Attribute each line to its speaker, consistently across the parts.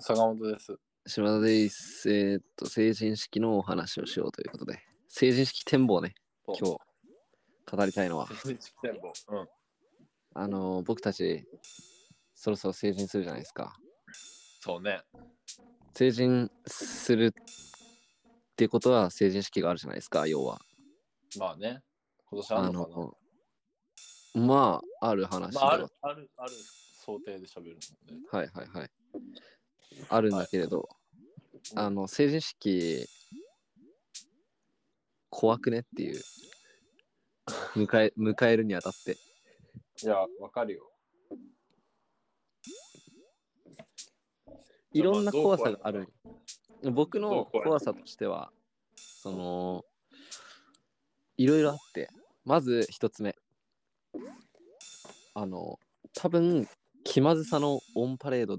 Speaker 1: 坂本です。
Speaker 2: 島田です。えーっと、成人式のお話をしようということで、成人式展望ね、
Speaker 1: 今
Speaker 2: 今日語りたいのは、
Speaker 1: うん。
Speaker 2: あのー僕たち、そろそろ成人するじゃないですか。
Speaker 1: そうね。
Speaker 2: 成人するってことは成人式があるじゃないですか、要は。
Speaker 1: まあね。今年あ
Speaker 2: あ
Speaker 1: るのかな。
Speaker 2: の、まあ、ある話で
Speaker 1: まあ、
Speaker 2: は、
Speaker 1: ある、ある、ある想定で喋るもんね。
Speaker 2: はいはいはい。あるんだけれど、あの、成人式、怖くねっていう。迎え、迎えるにあたって。
Speaker 1: いや、わかるよ。
Speaker 2: いろんな怖さがある。僕
Speaker 1: どう
Speaker 2: の
Speaker 1: 怖い
Speaker 2: 怖さとしては、その、いろいろあって、まず一つ目。あの、多分、気まずさのオンパレード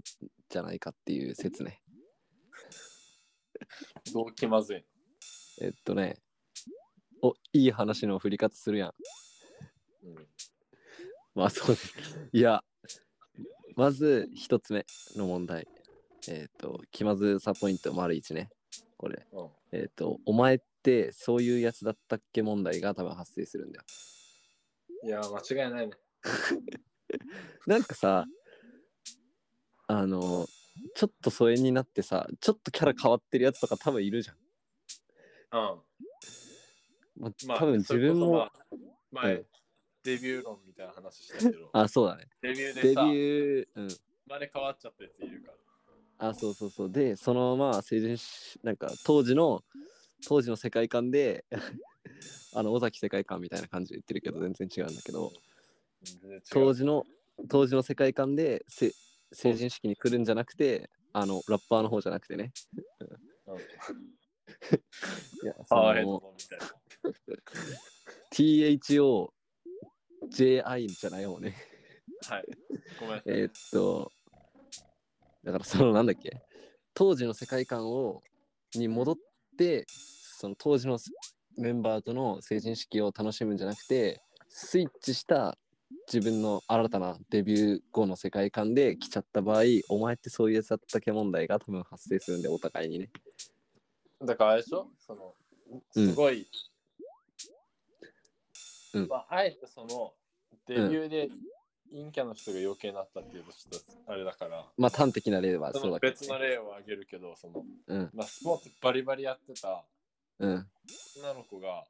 Speaker 2: じゃないかっていう説ね。
Speaker 1: どう気まずい
Speaker 2: えっとね、お、いい話の振り方するやん。
Speaker 1: の。うん。
Speaker 2: まあそうです。いや、まず一つ目の問題。えっ、と、気まずさポイント丸一ね。これ。
Speaker 1: うん
Speaker 2: えっ、と、お前ってそういうやつだったっけ問題が多分発生するんだよ。
Speaker 1: いや、間違いないね。
Speaker 2: なんかさ、あの、ちょっと疎遠になってさ、ちょっとキャラ変わってるやつとか多分いるじゃ
Speaker 1: う
Speaker 2: ん。
Speaker 1: ん。
Speaker 2: まあ
Speaker 1: まあ、
Speaker 2: 多分自分も、
Speaker 1: それこそまあ前、
Speaker 2: うん
Speaker 1: デビュー論みたいな話したけど、
Speaker 2: あ、そうだね。
Speaker 1: デビュー
Speaker 2: デビ
Speaker 1: でさ、
Speaker 2: ュー、うん。
Speaker 1: 生まれ変わっちゃったやついるから。
Speaker 2: あそうそうそうでそのまま成人しなんか当時の当時の世界観で あの尾崎世界観みたいな感じで言ってるけど全然違うんだけど
Speaker 1: 全然違う
Speaker 2: 当時の当時の世界観でせ成人式に来るんじゃなくてあのラッパーの方じゃなくてね
Speaker 1: うん
Speaker 2: いや
Speaker 1: パ
Speaker 2: そ
Speaker 1: ワーヘッ
Speaker 2: の
Speaker 1: ドみたいな。
Speaker 2: THOJI じゃない方ね
Speaker 1: はい。ごめんなさい。
Speaker 2: えーっとだからそのなんだっけ当時の世界観をに戻ってその当時のメンバーとの成人式を楽しむんじゃなくてスイッチした自分の新たなデビュー後の世界観で来ちゃった場合お前ってそういうやつだったっけ問題が多分発生するんでお互いにね
Speaker 1: だからあれでしょその
Speaker 2: うん
Speaker 1: すごい、
Speaker 2: うん
Speaker 1: まあ、あえてそのデビューで陰キャの人が余計なったっていうとちょっとあれだから、
Speaker 2: まあ端的な例は
Speaker 1: そ
Speaker 2: そう
Speaker 1: の
Speaker 2: だけ
Speaker 1: 別
Speaker 2: ど
Speaker 1: の
Speaker 2: ね、
Speaker 1: 例を挙げるけどその、
Speaker 2: うん
Speaker 1: まあ、スポーツバリバリやってた
Speaker 2: うん
Speaker 1: 女の子が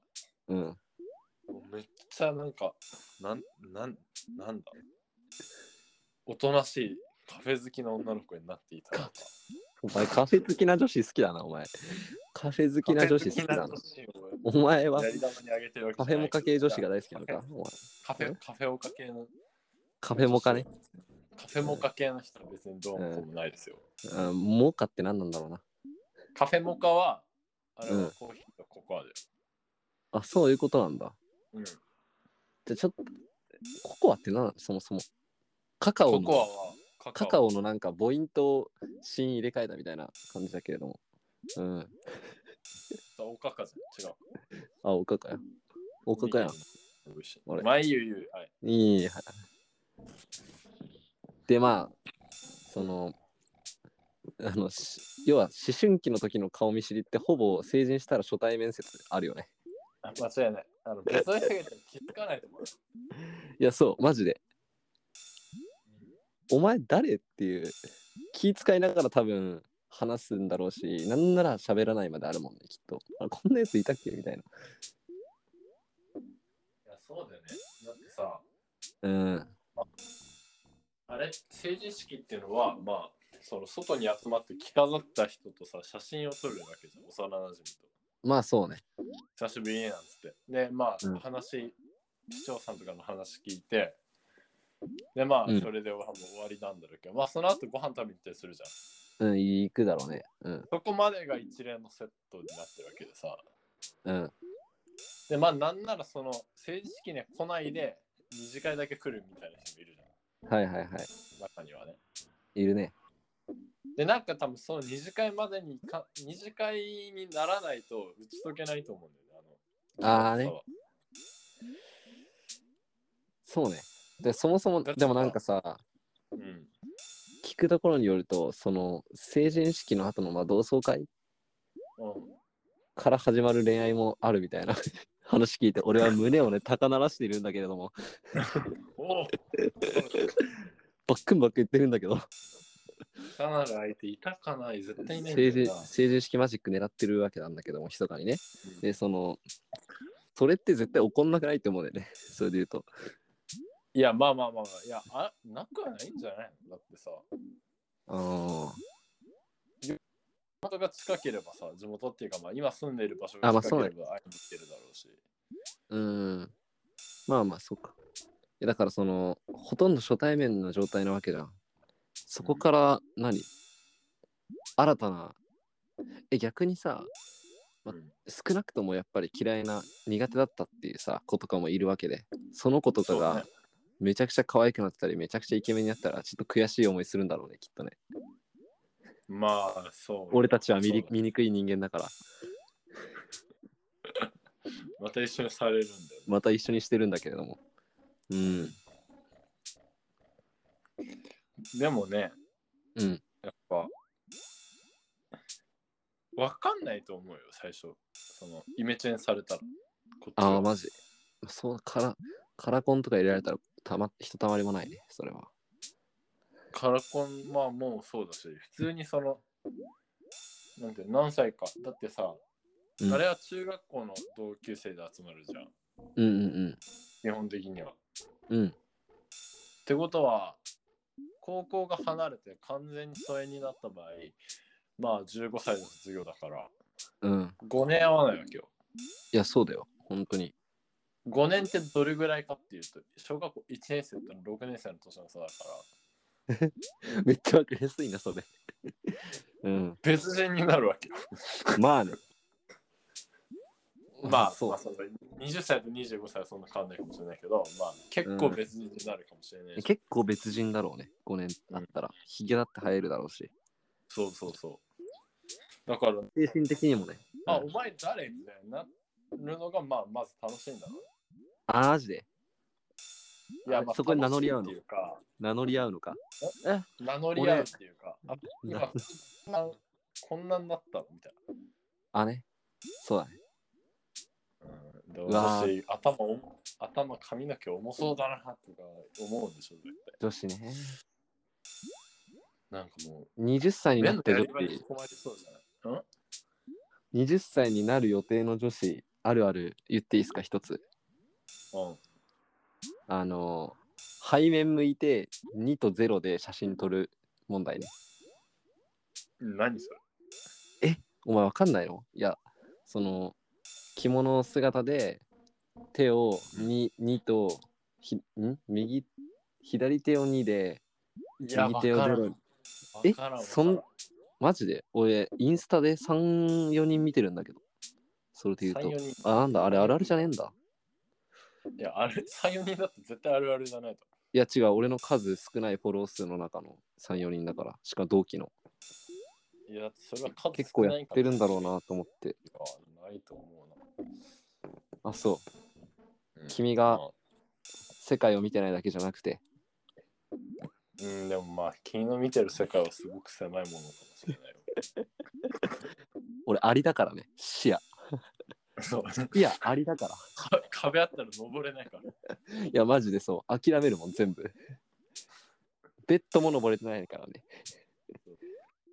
Speaker 2: うん
Speaker 1: もうめっちゃなんかなんなんなんだおとなしいカフェ好きな女の子になっていたのか
Speaker 2: お前カフェ好きな女子好きだなお前カフェ好きな女子好きだ
Speaker 1: カ
Speaker 2: な
Speaker 1: フェ好きな女子
Speaker 2: お前
Speaker 1: を
Speaker 2: は
Speaker 1: やり玉にあげてるわけじ
Speaker 2: カ
Speaker 1: ゃ
Speaker 2: フェ
Speaker 1: ない
Speaker 2: モカ系女子が大好きなのかお前
Speaker 1: カフェカフェオカ系の
Speaker 2: カフェモカね。
Speaker 1: カフェモカ系の人は別にどうもこうもないですよ。
Speaker 2: うん、モカって何なんだろうな。
Speaker 1: カフェモカは、あれ
Speaker 2: う
Speaker 1: は
Speaker 2: ん
Speaker 1: コーヒーとココアで。
Speaker 2: あ、そういうことなんだ。
Speaker 1: うん、
Speaker 2: じゃあちょっと、ココアって何なのそもそも。カカオ
Speaker 1: コ
Speaker 2: の
Speaker 1: コアはカカ
Speaker 2: カ
Speaker 1: オ
Speaker 2: カオのなんか母音と芯入れ替えたみたいな感じだけれども。うん。
Speaker 1: おかかじゃん。違う。
Speaker 2: あ、おかかや。おかかやん。
Speaker 1: 美味しい。
Speaker 2: あれ
Speaker 1: マイユユ。はい。
Speaker 2: いい。はいで、まあ、その、あの、し要は思春期の時の顔見知りってほぼ成人したら初対面説あるよね。
Speaker 1: あ間違いない。あの、別の人がいたら気づかないと思う。
Speaker 2: いや、そう、マジで。お前誰っていう気遣いながら多分話すんだろうし、なんなら喋らないまであるもんね、きっと。あこんなやついたっけみたいな。
Speaker 1: いや、そうだよね。だってさ、
Speaker 2: うん。
Speaker 1: あれ、成人式っていうのは、まあ、その外に集まって着飾った人とさ、写真を撮るわけじゃん。幼なじみと。
Speaker 2: まあそうね。
Speaker 1: 久しぶりなんつって。で、まあ、
Speaker 2: うん
Speaker 1: 話、市長さんとかの話聞いて、で、まあ
Speaker 2: う、ん
Speaker 1: それではもう終わりなんだろうけど、まあ、その後ご飯食べに行ったりするじゃん。
Speaker 2: うん、行くだろうね。うん。
Speaker 1: そこまでが一連のセットになってるわけでさ。
Speaker 2: うん。
Speaker 1: で、まあ、なんならその、政治式には来ないで、二次会だけ来るみたいな人もいるじゃん。
Speaker 2: はいはいは
Speaker 1: 中にはね。
Speaker 2: い。いるね。
Speaker 1: で、なんか多分その二次会までにか、二次会にならないと打ち解けないと思うんだよね。の
Speaker 2: あーねそうね。で、そもそも、
Speaker 1: だって
Speaker 2: でもなんかさ、
Speaker 1: うん。
Speaker 2: 聞くところによると、その成人式の後のまあ同窓会
Speaker 1: うん、
Speaker 2: から始まる恋愛もあるみたいな 話聞いて、俺は胸をね、高鳴らしているんだけれども、
Speaker 1: おお
Speaker 2: バックンバック言ってるんだけど、
Speaker 1: かなる相手いたかな絶対いないんだ
Speaker 2: 成
Speaker 1: よ
Speaker 2: 人
Speaker 1: な。
Speaker 2: 成人式マジック狙ってるわけなんだけども、密かにね
Speaker 1: う。ん
Speaker 2: で、その、それって絶対起こんなくないって思うんだよね。 それで言うと。
Speaker 1: いや、まあまあまあまあ、いや、あなくはないんじゃないのだってさ、
Speaker 2: あ
Speaker 1: 地元が近ければさ、地元っていうか、まあ、今住んでいる場所
Speaker 2: あま
Speaker 1: が
Speaker 2: あ
Speaker 1: 近
Speaker 2: そ
Speaker 1: け
Speaker 2: うね
Speaker 1: れば会いに行ってるだろうし。
Speaker 2: ーうん。まあまあ、そうか。いやだからその、ほとんど初対面の状態なわけじゃん。そこから何、新たな。え、逆にさ、ま
Speaker 1: うん
Speaker 2: 少なくともやっぱり嫌いな苦手だったっていうさ子とかもいるわけでその子とか
Speaker 1: そう
Speaker 2: が
Speaker 1: ね
Speaker 2: めちゃくちゃ可愛くなってたりめちゃくちゃイケメンになったらちょっと悔しい思いするんだろうねきっとね
Speaker 1: まあ、そう。
Speaker 2: 俺たちは見
Speaker 1: そう
Speaker 2: り
Speaker 1: だね
Speaker 2: 醜い人間だから
Speaker 1: また一緒にされるんだよ、ね。
Speaker 2: また一緒にしてるんだけれどもうん
Speaker 1: でもね、
Speaker 2: うん
Speaker 1: やっぱ、わかんないと思うよ、最初。その、イメチェンされたら。こっち
Speaker 2: あ
Speaker 1: は
Speaker 2: あマジそうからカラコンとか入れられたらたまひとたまりもないねそれは
Speaker 1: カラコン、まあもうそうだし、普通にその、なんていうの何歳か。だってさ、
Speaker 2: うん
Speaker 1: あれは中学校の同級生で集まるじゃん、
Speaker 2: うんうん
Speaker 1: 基本的には。っ
Speaker 2: うんうん
Speaker 1: てことは、高校が離れて完全に疎遠になった場合、まあ15歳の卒業だから、
Speaker 2: うん
Speaker 1: 5年合わないわけよ。
Speaker 2: いやそうだよ本当に
Speaker 1: 5年ってどれぐらいかっていうと、小学校1年生と6年生の年の差だから、
Speaker 2: めっちゃ分かりやすいなそれ うん
Speaker 1: 別人になるわけよ。
Speaker 2: まあね。
Speaker 1: まあ、
Speaker 2: そう
Speaker 1: まあ、その20歳と25歳はそんな変わんないかもしれないけど、まあ結構別人になるかもしれないし、
Speaker 2: 結構別人だろうね。5年あったら。ひげだって生えるだろうし。
Speaker 1: そうそうそう。だから、
Speaker 2: 精神的にもね。
Speaker 1: あ、お前誰みたいになるのが、まあ、まず楽しいんだろう
Speaker 2: あ、マジで。
Speaker 1: いや、
Speaker 2: あ
Speaker 1: まあ、
Speaker 2: そこに名乗り合うの
Speaker 1: 楽しいっていうか、
Speaker 2: 名乗り合うのか。
Speaker 1: 名乗り合うっていうか、あ今
Speaker 2: な
Speaker 1: こんな、こんなんなったのみたい
Speaker 2: あね。そうだね。
Speaker 1: な。うん、で
Speaker 2: うわ
Speaker 1: 私、頭お、頭、髪の毛重そうだなとか思うんでしょ、絶対。
Speaker 2: 女子ね。
Speaker 1: なんかも
Speaker 2: 20歳
Speaker 1: う、
Speaker 2: になって
Speaker 1: や
Speaker 2: 女
Speaker 1: り場に囲
Speaker 2: 子。
Speaker 1: まれそうじゃないん
Speaker 2: 20歳になる予定の女子、あるある言っていいですか、一つ。
Speaker 1: うん。
Speaker 2: あの、背面向いて2と0で写真撮る問題ね。
Speaker 1: 何それ
Speaker 2: お前わかんないのいや、その、着物姿で手を2、2と、ひん右、左手を2で、
Speaker 1: いや、
Speaker 2: 右
Speaker 1: わ
Speaker 2: 手を
Speaker 1: から
Speaker 2: ゼロ
Speaker 1: ん
Speaker 2: に。え
Speaker 1: わからわ
Speaker 2: そん
Speaker 1: から
Speaker 2: マジで俺、インスタで3、4人見てるんだけど。それで言
Speaker 1: 三
Speaker 2: う
Speaker 1: 四
Speaker 2: と。
Speaker 1: 人
Speaker 2: あ、なんだ、あれあるあるじゃねえんだ。
Speaker 1: いや、あれ、3、4人だって絶対あるあるじゃないと。
Speaker 2: いや違う、俺の数少ないフォロー数の中の3、4人だから。しかも同期の。
Speaker 1: いや、それは数
Speaker 2: 結構やってるんだろうなと思って。
Speaker 1: 少ないからないと思うな。
Speaker 2: あ、そう。
Speaker 1: うん
Speaker 2: 君が世界を見てないだけじゃなくて。
Speaker 1: うん、でもまあ、君の見てる世界はすごく狭いものかもしれないよ。
Speaker 2: 俺、アリだからね。視野。
Speaker 1: そう。
Speaker 2: いや、アリだから。
Speaker 1: か壁あったら登れないから。
Speaker 2: いや、マジでそう。諦めるもん、全部。ベッドも登れてないからね。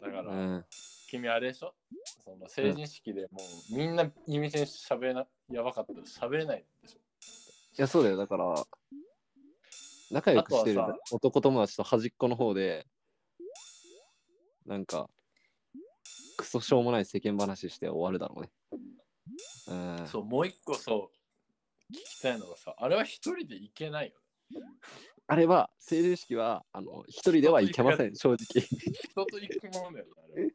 Speaker 1: だから、
Speaker 2: うん。
Speaker 1: 君あれでしょその成人式でもう、みんなイメチェン喋れな、やばかったら喋れないでしょ。
Speaker 2: いや、そうだよ。だから、仲良くしてる
Speaker 1: あとは
Speaker 2: 男友達と端っこの方で、なんか、クソしょうもない世間話して終わるだろうね。うん。
Speaker 1: そう、もう一個そう、聞きたいのがさ、あれは一人で行けないよ。
Speaker 2: あれは、成人式は、あの、一人ではいけません、正直。
Speaker 1: 人と行くものだよね、あれは。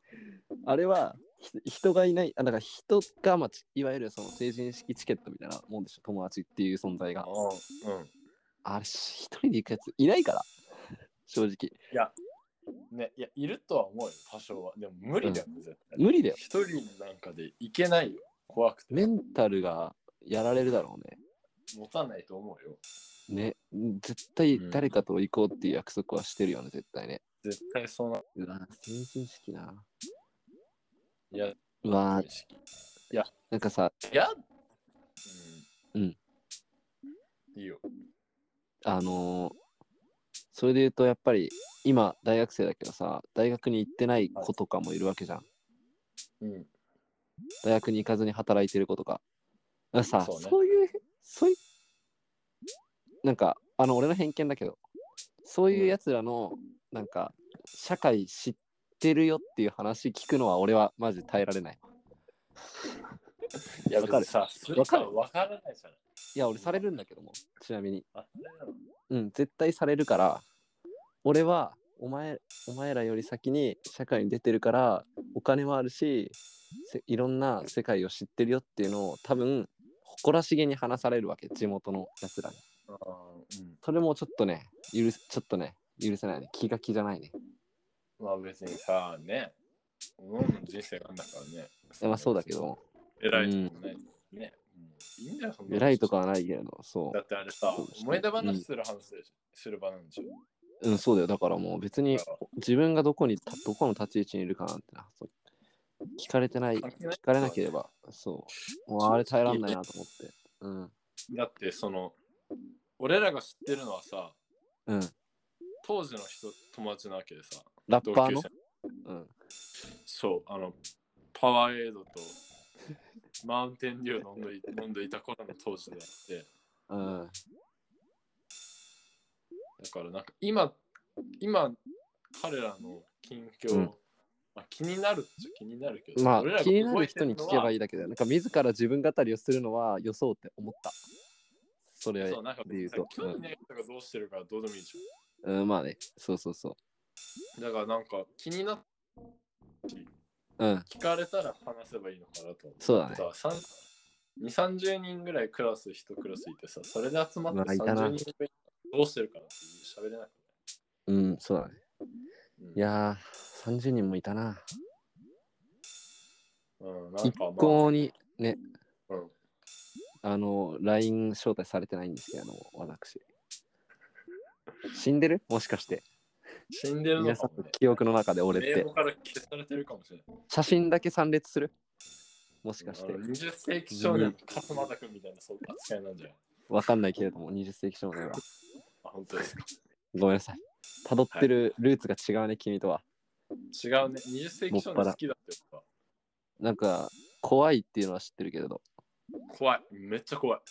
Speaker 2: あれは、ひ人がいない、あだから人が、まあ、ちいわゆるその成人式チケットみたいなもんでしょ、友達っていう存在が。
Speaker 1: うん。うん。
Speaker 2: あれ、し一人で行くやついないから、正直。
Speaker 1: ね、いや、いるとは思うよ、多少は。でも無理だよね、絶対。
Speaker 2: 無理だよ。
Speaker 1: 一人なんかでいけないよ、怖くて。
Speaker 2: メンタルがやられるだろうね。
Speaker 1: 持たないと思うよ。
Speaker 2: ね、絶対誰かと行こうっていう約束はしてるよね、絶対ね。
Speaker 1: 絶対そんな。
Speaker 2: うわ、成人式な。
Speaker 1: いや、
Speaker 2: うわ、
Speaker 1: い
Speaker 2: なんかさ、
Speaker 1: や、
Speaker 2: うんうん。
Speaker 1: いいよ。
Speaker 2: あのーそれで言うとやっぱり今大学生だけどさ、大学に行ってない子とかもいるわけじゃん。
Speaker 1: うん。
Speaker 2: 大学に行かずに働いてる子とか。なんかさ、そ,、
Speaker 1: そううね
Speaker 2: いう、そういう、なんか、あの、俺の偏見だけど、そういうやつらの、なんか、社会知ってるよっていう話聞くのは俺はマジ耐えられない。
Speaker 1: いや、
Speaker 2: わかる
Speaker 1: 別にさ、それ
Speaker 2: わか
Speaker 1: か
Speaker 2: る
Speaker 1: ら分からないじゃん。
Speaker 2: いや、俺されるんだけども、ちなみに。
Speaker 1: あそれなの
Speaker 2: うん、絶対されるから、俺は、お前お前らより先に社会に出てるからお金もあるしせいろんな世界を知ってるよっていうのを多分誇らしげに話されるわけ地元のやつらに
Speaker 1: あーうん。
Speaker 2: それもちょっとね、許す、ちょっとね、許せないね。気が気じゃないね。
Speaker 1: まあ別にさ、ね。俺の人生なんだからね。
Speaker 2: まあそうだけど、
Speaker 1: 偉いとかね。ね。うんいいんだよ、そんなの
Speaker 2: 偉いとかはないけれど、そ
Speaker 1: だってあれさ
Speaker 2: そうで、すね
Speaker 1: 思い出話する話でしょ、する場なんでしょ。
Speaker 2: う。うん、そうだよ。だからもう別に
Speaker 1: だから
Speaker 2: 自分がどこにた、どこの立ち位置にいるかなんてな、そう聞かれてない、
Speaker 1: 関係ない
Speaker 2: 聞かれなければ、そう。もうあれ耐えらんないなと思って。うん。
Speaker 1: だってその、俺らが知ってるのはさ、
Speaker 2: うん。
Speaker 1: 当時の人、友達なわけでさ、
Speaker 2: ラッ
Speaker 1: 同
Speaker 2: パー
Speaker 1: 級
Speaker 2: の
Speaker 1: 生。
Speaker 2: うん。
Speaker 1: そう、あの、パワーエイドとマウンテンデュー飲んでい 飲んでいた頃の当時であって、
Speaker 2: うん。
Speaker 1: だからなんか今、今、彼らの近況、
Speaker 2: うん
Speaker 1: まあ、気になるっちゃ気になるけど、
Speaker 2: ま
Speaker 1: 俺ら
Speaker 2: あ、
Speaker 1: が
Speaker 2: 気になる人に聞けば
Speaker 1: い
Speaker 2: いいだけだよ。なんか自ら自分語りをするのはよそうって思った。それ
Speaker 1: い。そ
Speaker 2: は
Speaker 1: う、なんか
Speaker 2: で言う
Speaker 1: さ
Speaker 2: と、
Speaker 1: 興味ない人がどうしてるからどうでもいいじ
Speaker 2: うん、うんまあね、そうそうそ
Speaker 1: ゃん。だからなんか気になっ
Speaker 2: う。うん、
Speaker 1: 聞かれたら話せばいいのかなと思って
Speaker 2: そうだね。
Speaker 1: さ、2、30人ぐらいクラス、1クラスいてさ、それで集まって
Speaker 2: まあいたな
Speaker 1: 30人ぐらいどうしてるかなって喋れなくて。
Speaker 2: うん、そうだね。
Speaker 1: うん
Speaker 2: いやー、30人もいたな。
Speaker 1: うん、なん
Speaker 2: 一
Speaker 1: かまあ、
Speaker 2: 向にね、
Speaker 1: うん
Speaker 2: あの、LINE 招待されてないんですけれども、私。死んでるもしかして。
Speaker 1: 死んでるの
Speaker 2: 皆
Speaker 1: か
Speaker 2: さ
Speaker 1: も
Speaker 2: んの
Speaker 1: ね。
Speaker 2: 記憶の中で俺っ
Speaker 1: 名
Speaker 2: て
Speaker 1: 簿。から消されてるかもしれない。
Speaker 2: 写真だけ参列するもしかして
Speaker 1: あ。の20世紀少年の勝間田君みたいなそういう扱いなんじゃない
Speaker 2: わかんないけれども、20世紀少年は。
Speaker 1: あ、本当ですか。
Speaker 2: ごめんなさい。辿ってるルーツが違うね、君とは。
Speaker 1: 違うね。20世紀少年好きだってこと
Speaker 2: なんか、怖いっていうのは知ってるけれど。
Speaker 1: か。怖い。めっちゃ怖い。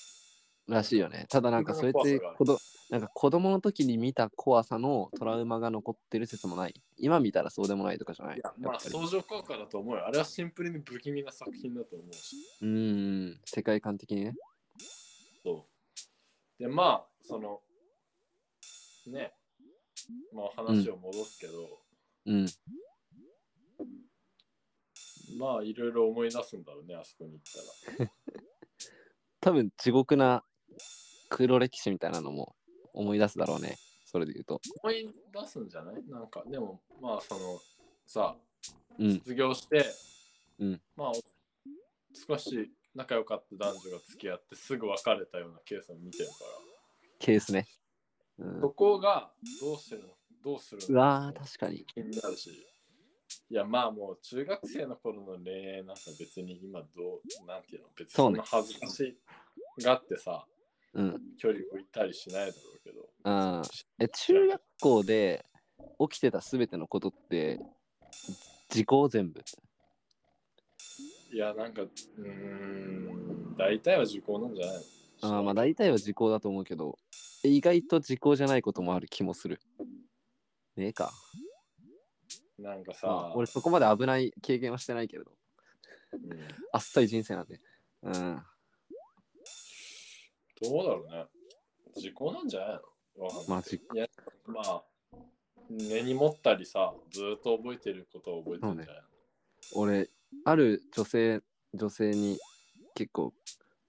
Speaker 2: らしいよね。ただなんかそれっ
Speaker 1: 僕の怖さ
Speaker 2: て
Speaker 1: がある
Speaker 2: 子どなんか子供の時に見た怖さのトラウマが残ってる説もない。今見たらそうでもないとかじゃない。
Speaker 1: いや、まあ、
Speaker 2: やっぱり
Speaker 1: 相乗効果だと思うよ。あれはシンプルに不気味な作品だと思うし。
Speaker 2: うーん、世界観的にね。
Speaker 1: そう。で、まあ、その、ね、まあ話を戻すけど、
Speaker 2: うん。
Speaker 1: まあ、いろいろ思い出すんだろうね、あそこに行ったら。
Speaker 2: 多分地獄な黒歴史みたいなのも思い出すだろうね。それで言うと。
Speaker 1: 思い出すんじゃないなんかでもまあそのさ
Speaker 2: うん。
Speaker 1: 卒業して、
Speaker 2: うん
Speaker 1: まあお少し仲良かった男女が付き合ってすぐ別れたようなケースを見てるから、
Speaker 2: ケースね。うん、
Speaker 1: そこがどうしてるのどうする
Speaker 2: う
Speaker 1: の
Speaker 2: わー、確かに。
Speaker 1: 気になるしいやまあもう中学生の頃の恋愛なんか別に今どうなんていうの別に
Speaker 2: そ
Speaker 1: そう
Speaker 2: ね
Speaker 1: んな恥ずかしがってさ
Speaker 2: うん。
Speaker 1: 距離置いたりしないだろうけど
Speaker 2: あーえ中学校で起きてた全てのことって時効全部。
Speaker 1: いやなんかうーん大体は受講なんじゃないの
Speaker 2: ああまあ大体は時効だと思うけど、え意外と時効じゃないこともある気もする。ねえか。
Speaker 1: なんかさ、
Speaker 2: まあ、俺そこまで危ない経験はしてないけれど、
Speaker 1: うん
Speaker 2: あっさり人生なんで。うん。
Speaker 1: どうだろうね。時効なんじゃないのわかんない
Speaker 2: まあ、時
Speaker 1: いや、まあ、根に持ったりさ、ずーっと覚えてることを覚えてるんじゃない
Speaker 2: 俺、ある女性、女性に結構、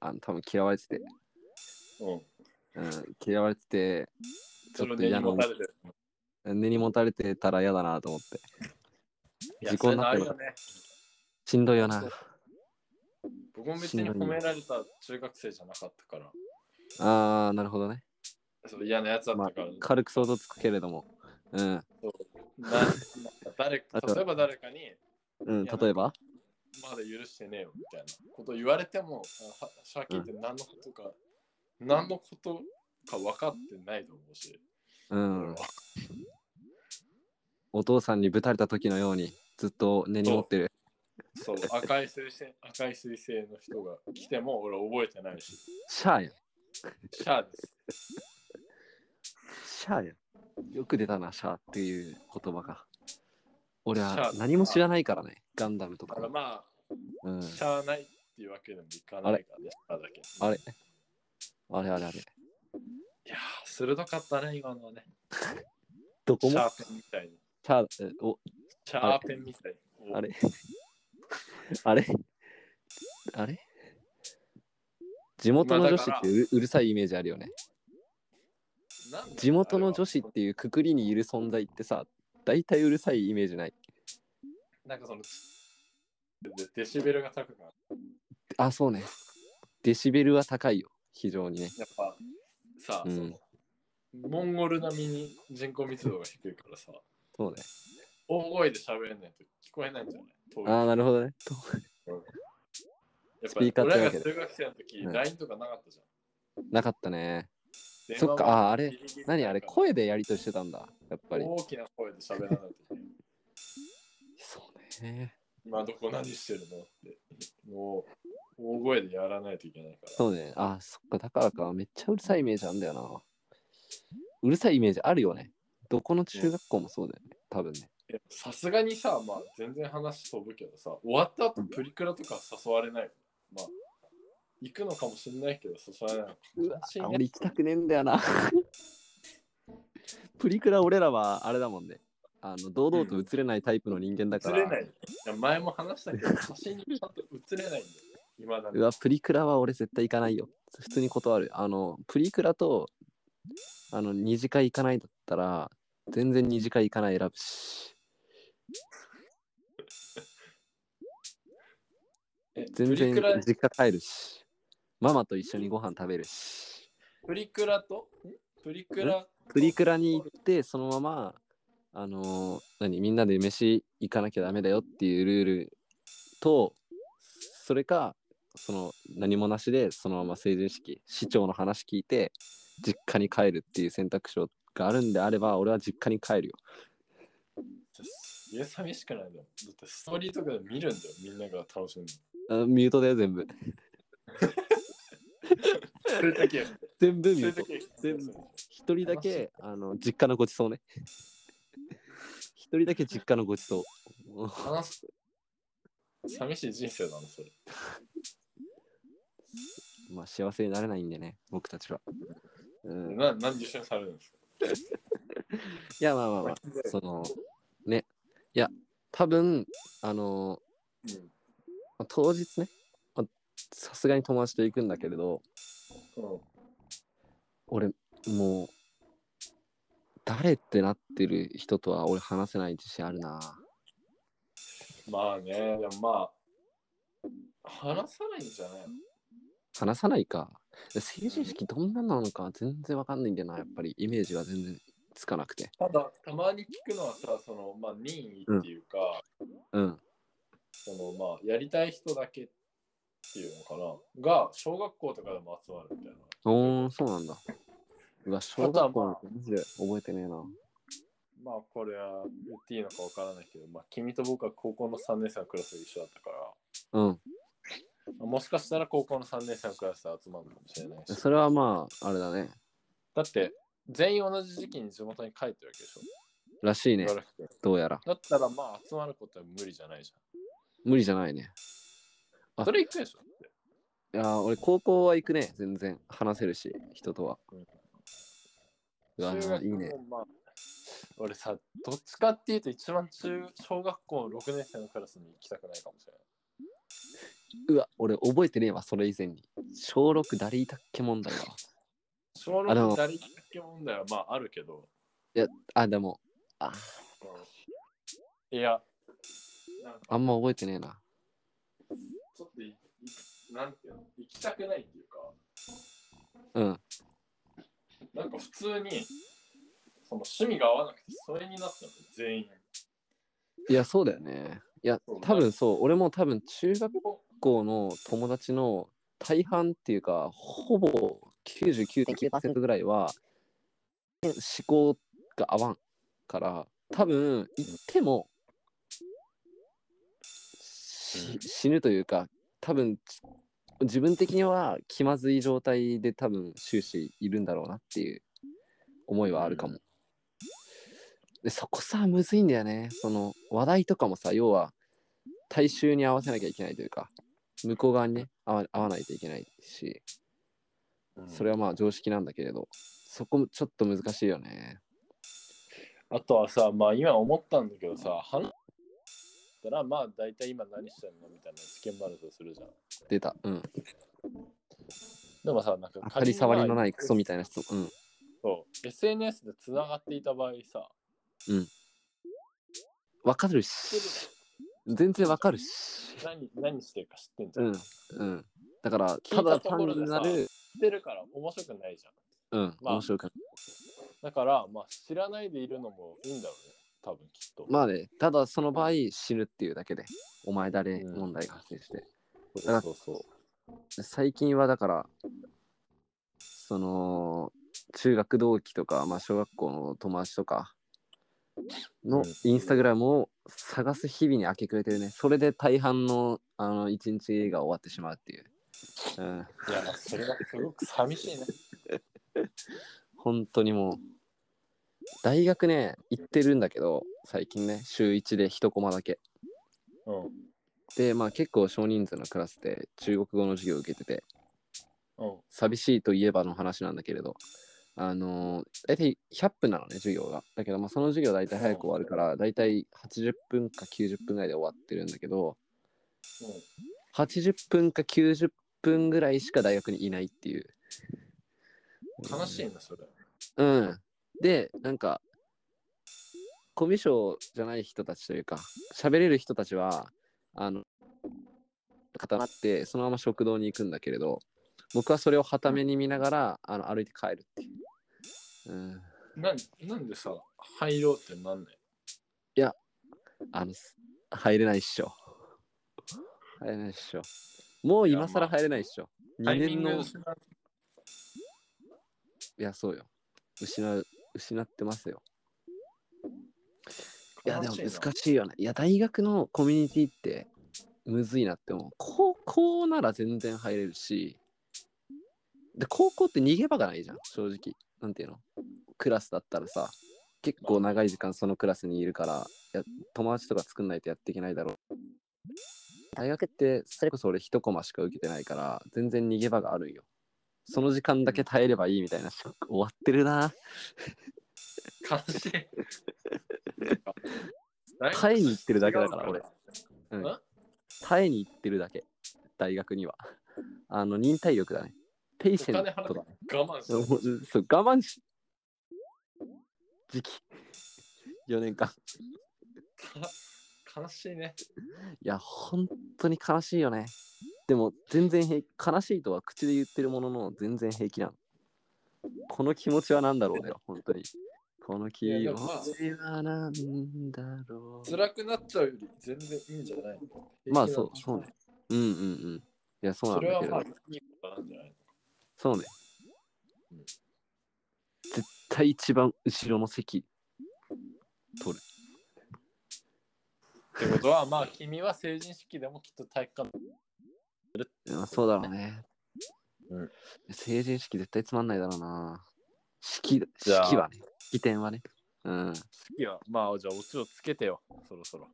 Speaker 2: あの多分嫌われてて、
Speaker 1: のうん。
Speaker 2: うん、嫌われてて、ち
Speaker 1: そ
Speaker 2: ょ
Speaker 1: れ
Speaker 2: っ
Speaker 1: を
Speaker 2: と
Speaker 1: 根
Speaker 2: 嫌
Speaker 1: に
Speaker 2: な
Speaker 1: 持
Speaker 2: 思
Speaker 1: た
Speaker 2: い
Speaker 1: れてる。
Speaker 2: 根に持たれてたら嫌だなと思って。
Speaker 1: いや
Speaker 2: 時効になってる
Speaker 1: そういうのあるよね。
Speaker 2: しんどいよな。
Speaker 1: 僕も別に褒められた中学生じゃなかったから、
Speaker 2: あー、なるほどね。
Speaker 1: そう嫌なやつだっ
Speaker 2: ま
Speaker 1: た
Speaker 2: あ
Speaker 1: から、、
Speaker 2: 軽く想像つくけれども。うん。
Speaker 1: そうななんか誰か
Speaker 2: あと
Speaker 1: 例えば誰かに、
Speaker 2: うん、
Speaker 1: いや
Speaker 2: 例えば
Speaker 1: まだ許してねえよみたいなこと言われても、あはシャーキーって何のことか、何のことか分かってないと思うし、
Speaker 2: うん。お父さんにぶたれた時のように、ずっと根に持ってる。
Speaker 1: そう、赤い彗星、赤い彗星の人が来ても俺覚えてないし、
Speaker 2: シャーやん。
Speaker 1: シャーです。
Speaker 2: シャーやん。よく出たな、シャーっていう言葉が。俺
Speaker 1: シャ
Speaker 2: は
Speaker 1: ア
Speaker 2: 何も知らないからね、ガンダムと
Speaker 1: だ
Speaker 2: か
Speaker 1: から。ま
Speaker 2: う
Speaker 1: あ、
Speaker 2: ん。
Speaker 1: しゃあないっていうわけでもいかないからね、シャーだけ。
Speaker 2: あれあれあれあれ。
Speaker 1: いやー、鋭かったね、今のはね。
Speaker 2: どこ
Speaker 1: シ
Speaker 2: も
Speaker 1: ャーペンみたいに。
Speaker 2: シャー、えお、
Speaker 1: シャーペンみたいに。
Speaker 2: あれあれ あれ地元の女子ってうるうるさいイメージあるよね。
Speaker 1: なんだろう
Speaker 2: 地元の女子っていうくくりにいる存在ってさ、大体うるさいイメージない。
Speaker 1: なんかその、でデシベルが高くなる。
Speaker 2: あ、そうね。デシベルは高いよ。非常にね。
Speaker 1: やっぱさ、
Speaker 2: うん
Speaker 1: その、モンゴル並みに人口密度が低いからさ、
Speaker 2: そうね。
Speaker 1: 大声で喋れないと聞こえないんじゃない遠い
Speaker 2: ああ、なるほどね。と
Speaker 1: やっ
Speaker 2: ス
Speaker 1: ぱ
Speaker 2: ピー
Speaker 1: り
Speaker 2: カーって
Speaker 1: 俺
Speaker 2: わ
Speaker 1: ら
Speaker 2: け
Speaker 1: が
Speaker 2: で
Speaker 1: 中学生の時、
Speaker 2: うん
Speaker 1: LINE とかなかったじゃん。
Speaker 2: なかったね。
Speaker 1: 電話
Speaker 2: そっか、
Speaker 1: も
Speaker 2: あーあれ
Speaker 1: ギリギリ、
Speaker 2: 何あれ、声でやりとりしてたんだ。やっぱり。
Speaker 1: 大きな声で喋らないといけない。
Speaker 2: そうね。
Speaker 1: 今どこ何してるのって。もう、大声でやらないといけないから。
Speaker 2: そうね。あーそっか、だからか。めっちゃうるさいイメージあんだよな。うるさいイメージあるよね。どこの中学校もそうだよね。多分ね。
Speaker 1: えさすがにさ、まあ全然話飛ぶけどさ、終わった後プリクラとか誘われない。まあ、行くのかもしれないけど誘われない。
Speaker 2: うわ
Speaker 1: 悲しいね
Speaker 2: あ俺行きたくねえんだよな。 プリクラ俺らはあれだもんね。あの堂々と映れないタイプの人間だか
Speaker 1: 映
Speaker 2: ら。
Speaker 1: れない。いや前も話したけど、写真にちゃんと映れないんだよ。今だに
Speaker 2: う。わ、プリクラは俺絶対行かないよ。普通に断る。あの、プリクラと、あの、二次会行かないだったら、全然二次会行かない選ぶし。
Speaker 1: え
Speaker 2: 全
Speaker 1: プリ
Speaker 2: 然
Speaker 1: クラ
Speaker 2: 実家帰るし。ママと一緒にご飯食べるし。
Speaker 1: プリクラとんプリクラ
Speaker 2: プリクラに行って、そのまま、あのー何、みんなで飯行かなきゃダメだよっていうルールと、それか、その何もなしで、そのまま成人式、市長の話聞いて、実家に帰るっていう選択肢があるんであれば、俺は実家に帰るよ。
Speaker 1: すげえ寂しくないのだってストーリーとかで見るんだよ、みんなが楽しんで。
Speaker 2: あミュートだよ、全部。
Speaker 1: それだけ、
Speaker 2: 全部
Speaker 1: そ
Speaker 2: ミュ
Speaker 1: れ
Speaker 2: ート
Speaker 1: だ。け、
Speaker 2: 全部一人だけ、あの、実家のごちそうね。 一人だけ実家のごちそう。
Speaker 1: 話す。寂しい人生なの、それ。
Speaker 2: まあ、幸せになれないんでね、僕たちは。うん、い
Speaker 1: ななんで一緒にされるんですか
Speaker 2: や、まあまあまあ。そのねいや多分あの
Speaker 1: うん
Speaker 2: まあ当日ねまあさすがに友達と行くんだけれど
Speaker 1: うん
Speaker 2: 俺もう誰ってなってる人とは俺話せない自信あるな
Speaker 1: まあね、でもまあ、話さないんじゃないの
Speaker 2: 話さないか成人式どんなのなのか全然わかんないんだよなやっぱりイメージが全然つかなくて
Speaker 1: ただ、たまに聞くのはさ、その、まあ、任意っていうか、
Speaker 2: うん
Speaker 1: その、まあ、やりたい人だけっていうのかな、が、小学校とかでも集まるみたいな。
Speaker 2: おーそうなんだうわ小
Speaker 1: あ
Speaker 2: 学
Speaker 1: と
Speaker 2: 校
Speaker 1: は
Speaker 2: な
Speaker 1: ま
Speaker 2: んてマジで覚えてねえな
Speaker 1: まあこれは言っていいのかわからないけど、まあ、君と僕は高校の3年生のクラスが一緒だったから、
Speaker 2: うん
Speaker 1: まあもしかしたら高校の3年生のクラスで集まるかもしれないし、
Speaker 2: それはまああれだね
Speaker 1: だって全員同じ時期に地元に帰ってるわけでしょ。
Speaker 2: らしいね
Speaker 1: 茨城県
Speaker 2: どうやら
Speaker 1: だったらまあ集まることは無理じゃないじ
Speaker 2: 無理じゃないね
Speaker 1: ゃ
Speaker 2: あ
Speaker 1: ん。それ行くでしょって
Speaker 2: いやー俺高校は行くね全然話せるし人とは
Speaker 1: うん
Speaker 2: うわ
Speaker 1: 中
Speaker 2: ー
Speaker 1: 学
Speaker 2: いい
Speaker 1: も
Speaker 2: ね
Speaker 1: まあ、俺さ、どっちかっていうと一番中小学校6年生のクラスに行きたくないかもしれな。
Speaker 2: うわ俺覚えてねえわそれ以前に小6誰いたっけ問題はい
Speaker 1: 小
Speaker 2: あでも
Speaker 1: 6誰行ったっけ問題はまああるけど、
Speaker 2: あでもあ
Speaker 1: いや、なんか
Speaker 2: あんま覚えてねえな。
Speaker 1: ちょっとい、いなんていうの、行きたくないっていうか、
Speaker 2: うん。
Speaker 1: なんか普通に、その趣味が合わなくて、それになったの、全員。
Speaker 2: いや、そうだよね。いや
Speaker 1: そう、
Speaker 2: 多分そう、俺も多分中学校の友達の大半っていうか、ほぼ99.9%ぐらいは、思考が合わんから、多分行ってもし死ぬというか、多分自分的には気まずい状態で多分終始いるんだろうなっていう思いはあるかも。でそこさむずいんだよねその話題とかもさ要は大衆に合わせなきゃいけないというか向こう側にね合わ合わないといけないしそれはまあ常識なんだけれどそこもちょっと難しいよね
Speaker 1: あとはさ、まあ今思ったんだけどさ、話したら、まあ大体今何してんのみたいな試験もあるとするじゃん。
Speaker 2: 出たうん
Speaker 1: でもさ、なんか
Speaker 2: 当たり障りのないクソみ
Speaker 1: たい
Speaker 2: たいな人うん
Speaker 1: そう、SNS でつながっていた場合さ、
Speaker 2: わかるし全然わかるし
Speaker 1: 何何してるか知ってんじゃ。
Speaker 2: うんんうんだから
Speaker 1: 聞
Speaker 2: た
Speaker 1: いた
Speaker 2: だ
Speaker 1: とこ
Speaker 2: 単
Speaker 1: ろで
Speaker 2: に
Speaker 1: さ
Speaker 2: なる
Speaker 1: 知ってるから面白くないじゃん。
Speaker 2: うん
Speaker 1: まあ
Speaker 2: 面白かった
Speaker 1: だから、まあ知らないでいるのもいいんだろうね。多分きっと。
Speaker 2: まあねただその場合死ぬっていうだけでお前誰
Speaker 1: うん
Speaker 2: 問題が発生して
Speaker 1: そうそうそう。
Speaker 2: 最近はだからその中学同期とか、まあ、小学校の友達とか
Speaker 1: う
Speaker 2: の
Speaker 1: ん
Speaker 2: インスタグラムを探す日々に明け暮れてるねそれで大半のあの一日が終わってしまうっていう、うん、
Speaker 1: いや、それがすごく寂しいね。
Speaker 2: 本当にもう大学ね行ってるんだけど最近ね週1で1コマだけ
Speaker 1: うん。
Speaker 2: でまあ結構少人数のクラスで中国語の授業を受けてて
Speaker 1: うん。
Speaker 2: 寂しいといえばの話なんだけれど、あのー大体100分なのね、授業が。だけど、まあ、その授業大体早く終わるから、大体80分か90分ぐらいで終わってるんだけど、80分か90分ぐらいしか大学にいないっていう。
Speaker 1: うん、悲しいな、それ。
Speaker 2: うん。で、なんか、コミュ障じゃない人たちというか、喋れる人たちは、あの、固まって、そのまま食堂に行くんだけれど、僕はそれをはために見ながら、あの歩いて帰るっていう。うん。
Speaker 1: なんなんでさ、入ろうってなんない
Speaker 2: あの、す入れないっしょ。入れないっしょ。もう今更入れないっしょ。
Speaker 1: タ
Speaker 2: 2
Speaker 1: イミ
Speaker 2: 年
Speaker 1: ング
Speaker 2: の、い
Speaker 1: 失う
Speaker 2: や、そうよ。失う、失ってますよ。いやで
Speaker 1: 悲
Speaker 2: も
Speaker 1: しいな
Speaker 2: 難しいよね。いや大学のコミュニティってむずいなって思う。高校なら全然入れるし、で高校って逃げ場がないじゃん、正直。なんていうのクラスだったらさ、結構長い時間そのクラスにいるから、いや友達とか作んないとやっていけないだろう。大学ってそれこそ俺一コマしか受けてないから、全然逃げ場があるよ。その時間だけ耐えればいいみたいな、 終わってるな。
Speaker 1: 悲しい。大学
Speaker 2: 耐えに行ってるだけだから
Speaker 1: 違う
Speaker 2: 俺。うん
Speaker 1: ん
Speaker 2: 耐えに行ってるだけ大学にはあの忍耐力だねペイシェントだ
Speaker 1: 我慢して
Speaker 2: うんそう我慢し時期4年間
Speaker 1: 悲しいね。
Speaker 2: いや本当に悲しいよねでも全然平悲しいとは口で言ってるものの全然平気なのこの気持ちは何だろうね本当にこの気
Speaker 1: い
Speaker 2: 持
Speaker 1: やでもまあ
Speaker 2: ちは何だろう
Speaker 1: 辛くなっちゃうより全然いいんじゃないの
Speaker 2: まあそうそうね。うんうんうんいやそうな
Speaker 1: そ
Speaker 2: んだ
Speaker 1: れは
Speaker 2: けど
Speaker 1: まあいいことなんじゃない
Speaker 2: そうね
Speaker 1: うん。
Speaker 2: 絶対一番後ろの席取る。
Speaker 1: ってことはまあ君は成人式でもきっと体育館
Speaker 2: まあ、そうだろうね。
Speaker 1: うん
Speaker 2: 成人式絶対つまんないだろうな。式、
Speaker 1: じゃあ
Speaker 2: 式はね。式典はね。うん。
Speaker 1: 式はまあじゃあオチをつけてよそろそろ。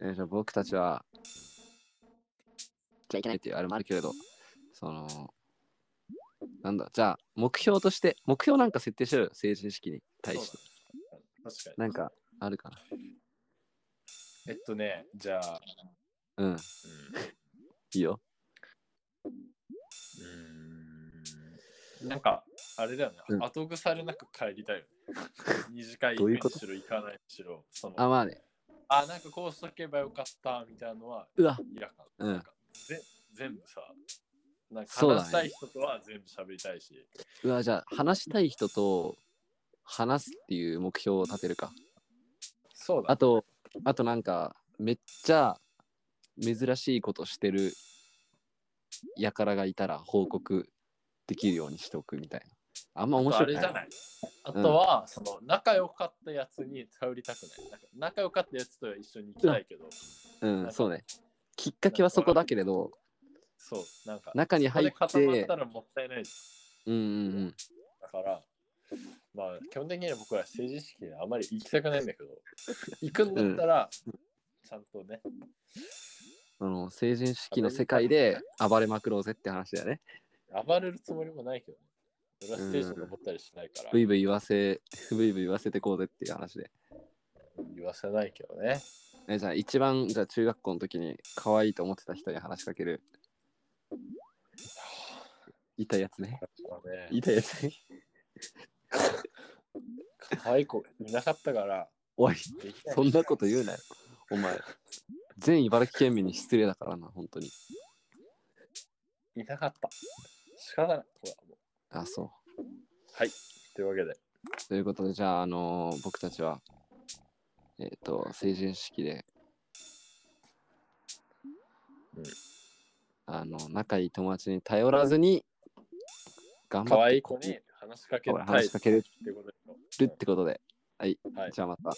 Speaker 2: えじゃあ僕たちは、じゃいけないっていうあれもあるけれど、その、なんだ、じゃあ目標として、目標なんか設定しろよ、成人式に対し
Speaker 1: そう
Speaker 2: て。
Speaker 1: だね確かに。
Speaker 2: なんかあるか
Speaker 1: えっとねじゃあ、
Speaker 2: な。うん。いいよ。
Speaker 1: うん、うーんなんかあれだよね、
Speaker 2: うん
Speaker 1: 後腐れなく帰りたい よね。二次会
Speaker 2: ど
Speaker 1: 行
Speaker 2: う
Speaker 1: くに
Speaker 2: いうこと
Speaker 1: しろ行かないにしろ、その
Speaker 2: あ、まあね。
Speaker 1: あ、なんかこうしとけばよかったみたいなのは
Speaker 2: うわ、
Speaker 1: 嫌かな。
Speaker 2: うん
Speaker 1: なんかぜ全部さ、なんか
Speaker 2: そうだ
Speaker 1: 話
Speaker 2: ね
Speaker 1: したい人とは全部喋りたいし、
Speaker 2: うわ、じゃあ、話したい人と話すっていう目標を立てるか。
Speaker 1: そう
Speaker 2: あと、あとなんか、めっちゃ珍しいことしてるやからがいたら報告できるようにしておくみたいな。あんま面
Speaker 1: あ
Speaker 2: 白
Speaker 1: とあれ
Speaker 2: くな
Speaker 1: じ
Speaker 2: い。
Speaker 1: ゃない。あとは、その仲良かったやつに頼りたくない。なんか仲良かったやつとは一緒に行きたいけど、
Speaker 2: うん、そうね。きっかけはそこだけれど、
Speaker 1: そう、なんか、
Speaker 2: 中に
Speaker 1: そこ
Speaker 2: 入
Speaker 1: で
Speaker 2: っ
Speaker 1: 固まってた、らもったいないじ
Speaker 2: うんうんうん。
Speaker 1: ゃん。だから、まあ、基本的には僕は政治式にあまり行きたくないんだけど、行くんだったら、ちゃんとね、
Speaker 2: あの成人式の世界で暴れまくろうぜって話だよね。
Speaker 1: 暴れるつもりもないけどね。俺はステージに登ったりしないから
Speaker 2: ブ、イブイ言わせ、ブイブイ言わせてこうぜっていう話で。
Speaker 1: 言わせないけどね。
Speaker 2: えじゃあ一番じゃあ中学校の時に可愛いと思ってた人に話しかける。いたやつね。
Speaker 1: まあね
Speaker 2: いたやつね。
Speaker 1: 可愛い子いなかったから、
Speaker 2: おい、
Speaker 1: できない
Speaker 2: そんなこと言うなよ。お前。全茨城県民に失礼だからな、本当に。
Speaker 1: いなかった。仕方ない。これはもう
Speaker 2: あ、そう。
Speaker 1: はい。というわけで、
Speaker 2: ということで、じゃあ、あのー僕たちは、えっ、と、成人式で、
Speaker 1: うん
Speaker 2: あの、仲いい友達に頼らずに、頑
Speaker 1: 可
Speaker 2: 張っ
Speaker 1: 愛
Speaker 2: て
Speaker 1: い子に話しかけ
Speaker 2: こう
Speaker 1: たい
Speaker 2: 話し
Speaker 1: って
Speaker 2: かける
Speaker 1: ことでしょ
Speaker 2: ってことで、
Speaker 1: はい。
Speaker 2: じゃあまた、
Speaker 1: は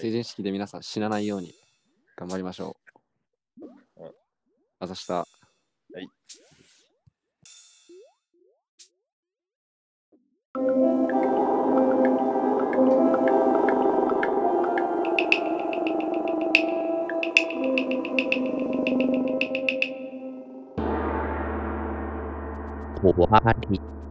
Speaker 2: 成
Speaker 1: い。
Speaker 2: 人式で皆さん死なないように頑張りましょう。
Speaker 1: うん
Speaker 2: あざした。
Speaker 3: What?